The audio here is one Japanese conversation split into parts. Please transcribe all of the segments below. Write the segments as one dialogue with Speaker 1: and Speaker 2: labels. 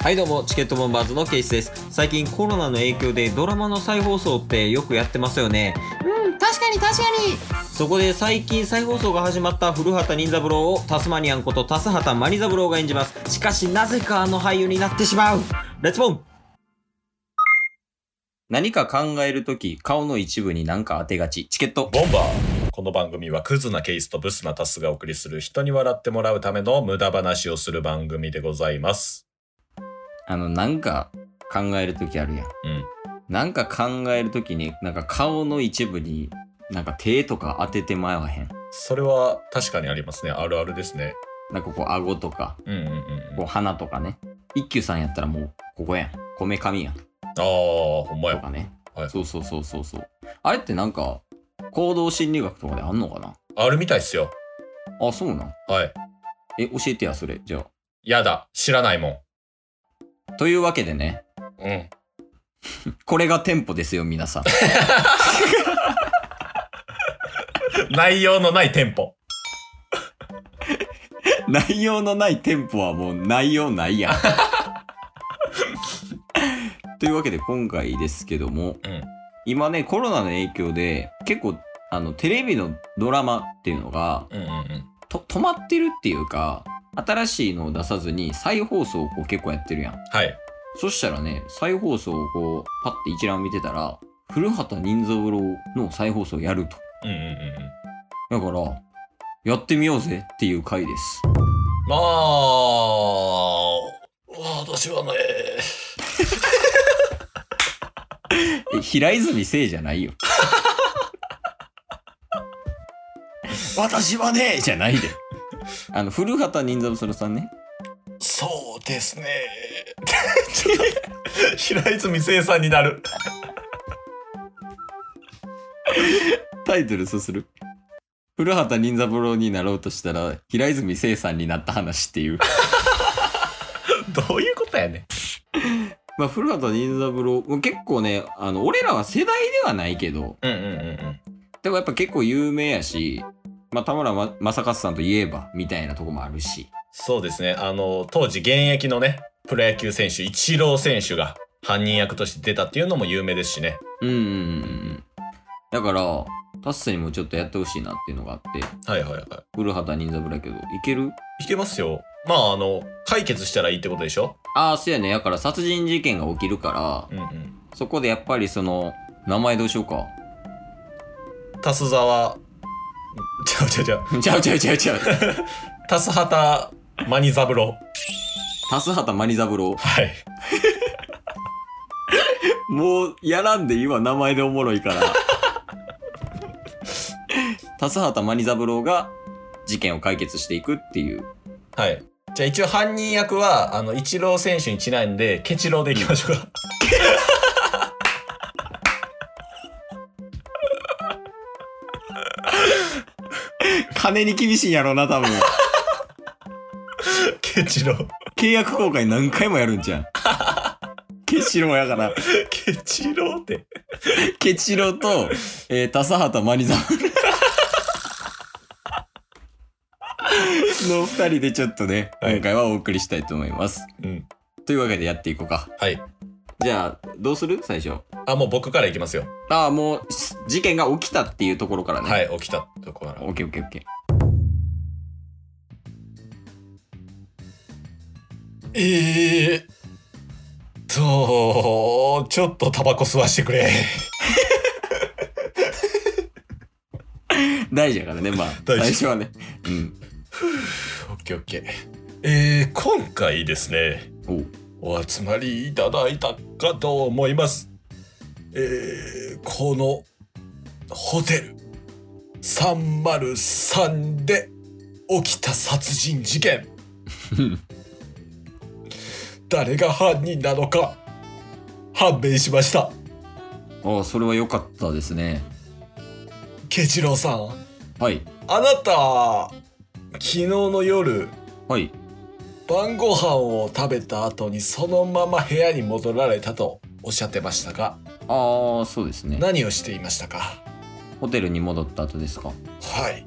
Speaker 1: はいどうもチケットボンバーズのケイスです最近コロナの影響でドラマの再放送ってよくやってますよね
Speaker 2: うん確かに確かに
Speaker 1: そこで最近再放送が始まった古畑任三郎をタスマニアンことタスハタマニ三郎が演じますしかしなぜかあの俳優になってしまうレッツボン何か考えるとき顔の一部に何か当てがちチケット
Speaker 3: ボンバーこの番組はクズなケースとブスなタスがお送りする人に笑ってもらうための無駄話をする番組でございます。
Speaker 1: あの何か考えるときあるやん
Speaker 3: うん。
Speaker 1: なんか考えるときになんか顔の一部になんか手とか当ててまわへん
Speaker 3: それは確かにありますね。あるあるですね。
Speaker 1: なんかこう顎とか
Speaker 3: うんうんうんう
Speaker 1: こ
Speaker 3: ん。
Speaker 1: う鼻とかね一休さんやったらもうここやんこめかみやんと
Speaker 3: ああ、ほんまや。
Speaker 1: かね、
Speaker 3: はい
Speaker 1: そうそうそうそうそうあれってなんか行動心理学とかであんのかな
Speaker 3: あるみたいっすよ。
Speaker 1: あそうなん
Speaker 3: はい。
Speaker 1: え教えてやそれじゃ
Speaker 3: やだ。知らないも
Speaker 1: あというわけでね
Speaker 3: ん。うん。
Speaker 1: これがテンポですよ皆さん
Speaker 3: 内容のないテンポ。
Speaker 1: 内容のないテンポはもう内容ないやん というわけで今回ですけども、
Speaker 3: うん
Speaker 1: 今ねコロナの影響で結構あのテレビのドラマっていうのが
Speaker 3: うんうんうん。
Speaker 1: と止まってるっていうか新しいのを出さずに再放送をこう結構やってるやん
Speaker 3: はい。
Speaker 1: そしたらね再放送をこうパッて一覧見てたら古畑任三郎の再放送やると
Speaker 3: うんうんうんうん。
Speaker 1: だからやってみようぜっていう回です
Speaker 3: まあ、私はね、
Speaker 1: え平泉聖じゃないよ私はねじゃないであの古畑任三郎さんね
Speaker 3: そうですね。 ちょっと、平泉聖さんになる。
Speaker 1: タイトルそうする古畑任三郎になろうとしたら平泉聖さんになった話っていう
Speaker 3: どういうことやねん。
Speaker 1: まあ、古畑任三郎、もう結構ね、あの、俺らは世代ではないけど、
Speaker 3: うんうんうん
Speaker 1: でもやっぱ結構有名やし、まあ、田村ま正和さんといえば、みたいなとこもあるし、
Speaker 3: そうですねあの当時現役のねプロ野球選手イチロー選手が犯人役として出たっていうのも有名ですしね
Speaker 1: うんうんうんうん。だから、タッセにもちょっとやってほしいなっていうのがあって、
Speaker 3: はいはいは
Speaker 1: 古畑任三郎やけど、いける
Speaker 3: いいけますよまああの解決したらいいってことでしょ
Speaker 1: ああ、そうやね。だから殺人事件が起きるか
Speaker 3: うんうん
Speaker 1: ら、そこでやっぱりその、名前どうしようか。
Speaker 3: タス沢ちゃうちゃうちゃう
Speaker 1: ちゃうちゃうちゃうちゃう。
Speaker 3: タスハタマニザブロ
Speaker 1: タスハタマリザブロ
Speaker 3: はい
Speaker 1: もうやらんで今名前でおもろい から。タスハタマニザブロが事件を解決していくっていう。
Speaker 3: はいじゃあ一応犯人役はあのイチロー選手にちなんでケチローでいきましょうか
Speaker 1: 金に厳しいんやろうな、 多分。
Speaker 3: ケチロー
Speaker 1: 契約更改何回もやるんじゃん。ケチロやから。
Speaker 3: ケチローって
Speaker 1: ケチロと、えー、タサハタマニザ ブロ。の二人でちょっとね、
Speaker 3: はい
Speaker 1: 今回はお送りしたいと思います。
Speaker 3: うん
Speaker 1: というわけでやっていこうか。
Speaker 3: はい
Speaker 1: じゃあ、どうする最初。
Speaker 3: あもう僕からいきますよ
Speaker 1: ああ、もう、し事件が起きたっていうところからね。
Speaker 3: はい起きたとこから
Speaker 1: オッケーオッケーオッケー。
Speaker 3: ええと、ちょっとタバコ吸わしてくれ。
Speaker 1: 大事やからね、まあ、
Speaker 3: 大
Speaker 1: 最
Speaker 3: 事
Speaker 1: 初はね。うん。
Speaker 3: オッケーオッケー。えー、今回ですね、
Speaker 1: おう
Speaker 3: お集まりいただいたかと思います。えー、このホテル303で起きた殺人事件。誰が犯人なのか判明しました。
Speaker 1: ああ、それは良かったですね。
Speaker 3: ケチロウさん。
Speaker 1: はい。
Speaker 3: あなた昨日の夜
Speaker 1: はい。
Speaker 3: 晩ご飯を食べた後にそのまま部屋に戻られたとおっしゃってましたが
Speaker 1: ああ、そうですね。
Speaker 3: 何をしていましたか
Speaker 1: ホテルに戻った後ですか。
Speaker 3: はい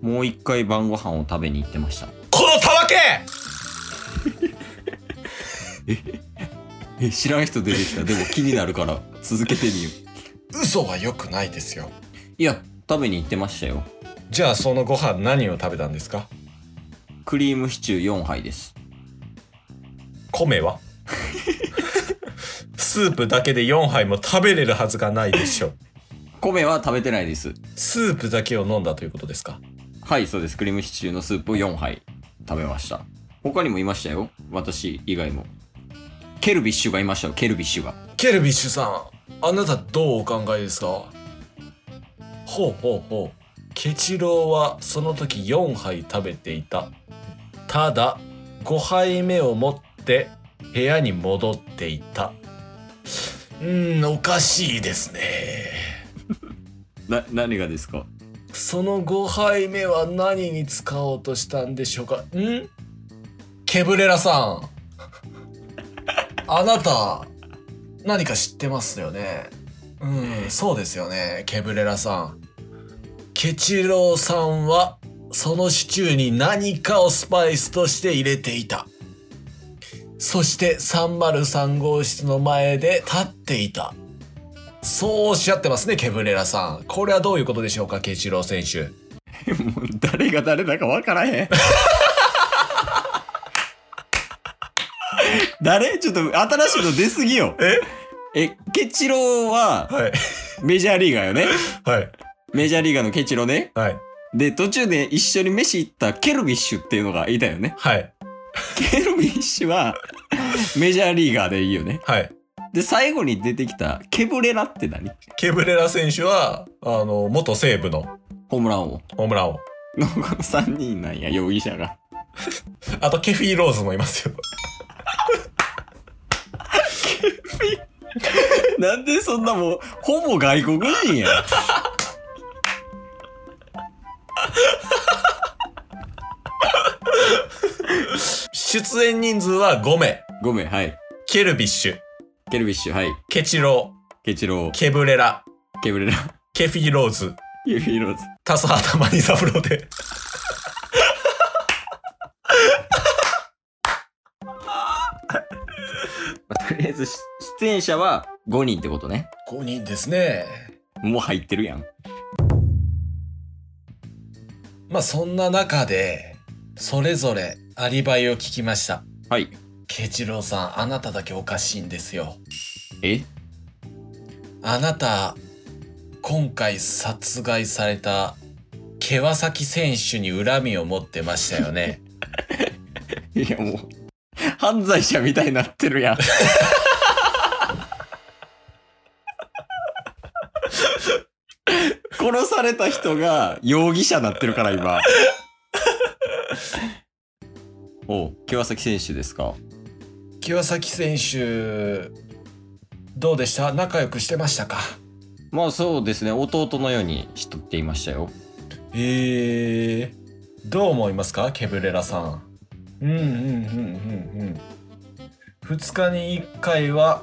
Speaker 1: もう一回晩ご飯を食べに行ってました。
Speaker 3: このたわけ
Speaker 1: え知らん人出てきたでも気になるから 続けてみよう
Speaker 3: 嘘は良くないですよ
Speaker 1: いや食べに行ってましたよ
Speaker 3: じゃあそのご飯何を食べたんですか
Speaker 1: クリームシチュー4杯です
Speaker 3: 米 はスープだけで4杯も食べれるはずがないでしょう
Speaker 1: 米は食べてないです
Speaker 3: スープだけを飲んだということですか
Speaker 1: はいそうですクリームシチューのスープを4杯食べました他にもいましたよ私以外もケルビッシュがいましたよケルビッシュが
Speaker 3: ケルビッシュさんあなたどうお考えですかほうほうほうケチロウはその時4杯食べていたただ5杯目を持って部屋に戻っていたうーんおかしいですね
Speaker 1: な何がですか
Speaker 3: その5杯目は何に使おうとしたんでしょうかんケブレラさん。あなた、何か知ってますよねうん、そうですよね、ケブレラさん。ケチロウさんは、そのシチューに何かをスパイスとして入れていた。そして303号室の前で立っていた。そうおっしゃってますね、ケブレラさん。これはどういうことでしょうか、ケチロウ選手。
Speaker 1: もう誰が誰だか分からへん。誰ちょっと新しいの出すぎよ。
Speaker 3: え
Speaker 1: え、ケチローは
Speaker 3: はい。
Speaker 1: メジャーリーガーよね。
Speaker 3: はい。
Speaker 1: メジャーリーガーのケチローね。
Speaker 3: はい。
Speaker 1: で、途中で一緒に飯行ったケルビッシュっていうのがいたよね。
Speaker 3: はい。
Speaker 1: ケルビッシュはメジャーリーガーでいいよね。
Speaker 3: はい。
Speaker 1: で、最後に出てきたケブレラって何
Speaker 3: ケブレラ選手は、あの、元西武の
Speaker 1: ホームラン王
Speaker 3: ホームラン王。
Speaker 1: のこの3人なんや、容疑者が。
Speaker 3: あと、ケフィー・ローズもいますよ。
Speaker 1: なんでそんなもう、ほぼ外国人やん。
Speaker 3: 出演人数は5名。
Speaker 1: ごめん、はい。
Speaker 3: ケルビッシュ、
Speaker 1: ケルビッシュ、はい。
Speaker 3: ケチロ
Speaker 1: ケチロー
Speaker 3: ウ、。ケブレラ、
Speaker 1: ケブレラ、
Speaker 3: ケフィー・ローズ、
Speaker 1: ユーフィーローズ。
Speaker 3: タスハタマニザブロで。
Speaker 1: とりあえずし、出演者は5人ってことね。
Speaker 3: 5人ですね。
Speaker 1: もう入ってるやん。
Speaker 3: まあ、そんな中で、それぞれアリバイを聞きました。
Speaker 1: はい。
Speaker 3: ケチロウさん、あなただけおかしいんですよ。
Speaker 1: え
Speaker 3: あなた、今回殺害された、ケワサキ選手に恨みを持ってましたよ ね。
Speaker 1: いやもう、犯罪者みたいになってるやん。殺された人が容疑者になってるから今。おう、清崎選手ですか。
Speaker 3: 清崎選手どうでした仲良くしてましたか
Speaker 1: まあそうですね、弟のように知っとっていましたよ。
Speaker 3: ええどう思いますかケブレラさんうんうんうんうんうん2日に1回は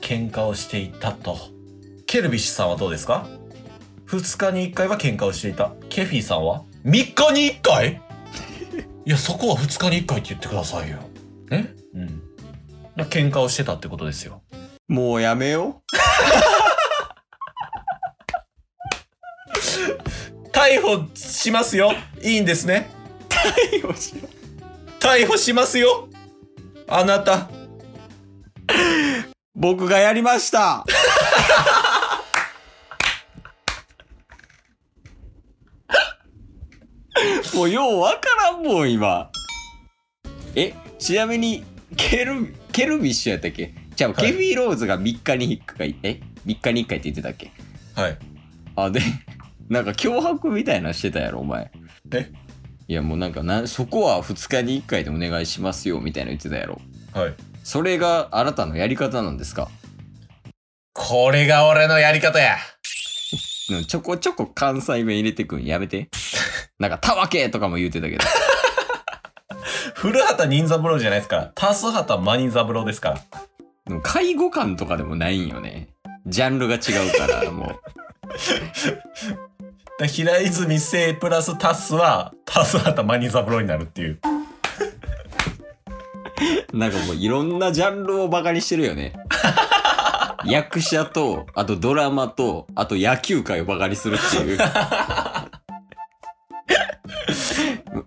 Speaker 3: 喧嘩をしていたとケルビッシュさんはどうですか2日に1回は喧嘩をしていたケフィさんは3日に1回 いやそこは2日に1回って言ってくださいよえうんまあ喧嘩をしてたってことですよ
Speaker 1: もうやめよう。
Speaker 3: 逮捕しますよいいんですね 逮捕しますよあなた
Speaker 1: 僕がやりました もうようわからんもん今えちなみにケルケルビッシュやったっけじゃあ、
Speaker 3: はい
Speaker 1: ケフィーローズが3日に1回え3日に1回って言ってたっけ
Speaker 3: はい
Speaker 1: あで なんか脅迫みたいなのしてたやろお前
Speaker 3: え
Speaker 1: いやもうなんかなそこは2日に1回でお願いしますよみたいなの言ってたやろ
Speaker 3: はい
Speaker 1: それがあなたのやり方なんですか
Speaker 3: これが俺のやり方や
Speaker 1: うんちょこちょこ関西弁入れてくんやめて。なんか、たわけとかも言うてたけど。
Speaker 3: 古畑任三郎じゃないですからタス畑マニ三郎ですから
Speaker 1: でも介護官とかでもないんよね。ジャンルが違うから、も
Speaker 3: で平泉聖プラスタスはタス畑マニ三郎になるっていう
Speaker 1: なんかもういろんなジャンルをバカにしてるよね。役者と、あとドラマと、あと野球界をバカにするっていう。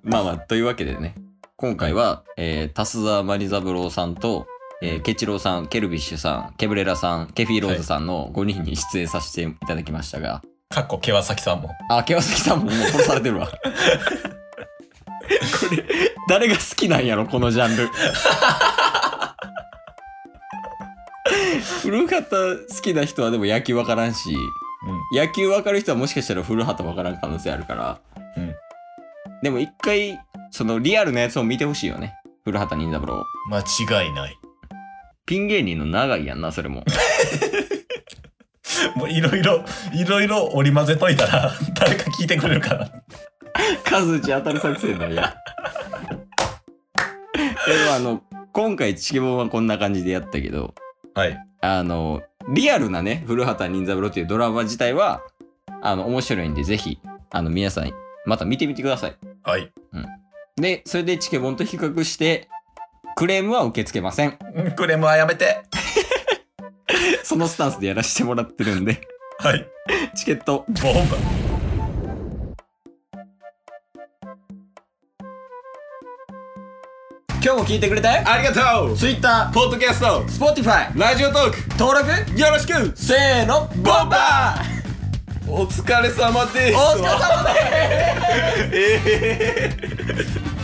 Speaker 1: まあまあ、というわけでね、今回は、えー、タスザー・マリザブローさんと、えーケチローさん、ケルビッシュさん、ケブレラさん、ケフィーローズさんの5人に出演させていただきましたが、
Speaker 3: かっこ、ケワサキさんも。
Speaker 1: あ、ケワサキさんももう殺されてるわ。これ、誰が好きなんやろ、このジャンル。古畑好きな人はでも野球わからんし、野球わかる人はもしかしたら古畑わからん可能性あるから。
Speaker 3: うん
Speaker 1: でも一回、そのリアルなやつを見てほしいよね。古畑任三郎。
Speaker 3: 間違いない。
Speaker 1: ピン芸人の長いやんな、それも。
Speaker 3: もういろいろ、いろいろ織り交ぜといたら、 誰か聞いてくれるから。
Speaker 1: 数打ち当たる作戦だよ。 でもあの、今回チケボンはこんな感じでやったけど、
Speaker 3: はい。
Speaker 1: あの、リアルなね、古畑任三郎っていうドラマ自体は、あの、面白いんで、ぜひ、あの、皆さん、また見てみてください。
Speaker 3: はい。
Speaker 1: で、それでチケボンと比較して、クレームは受け付けません。
Speaker 3: うんクレームはやめて。
Speaker 1: そのスタンスでやらせてもらってるんで、
Speaker 3: はい。
Speaker 1: チケット
Speaker 3: ボンバー。
Speaker 1: 今日も聞いてくれてありがとう Twitter、ポッドキャスト、Spotify、ラジオトーク、登録よろしくせーの、ボンバー
Speaker 3: お疲れ様です。
Speaker 1: お疲れ様です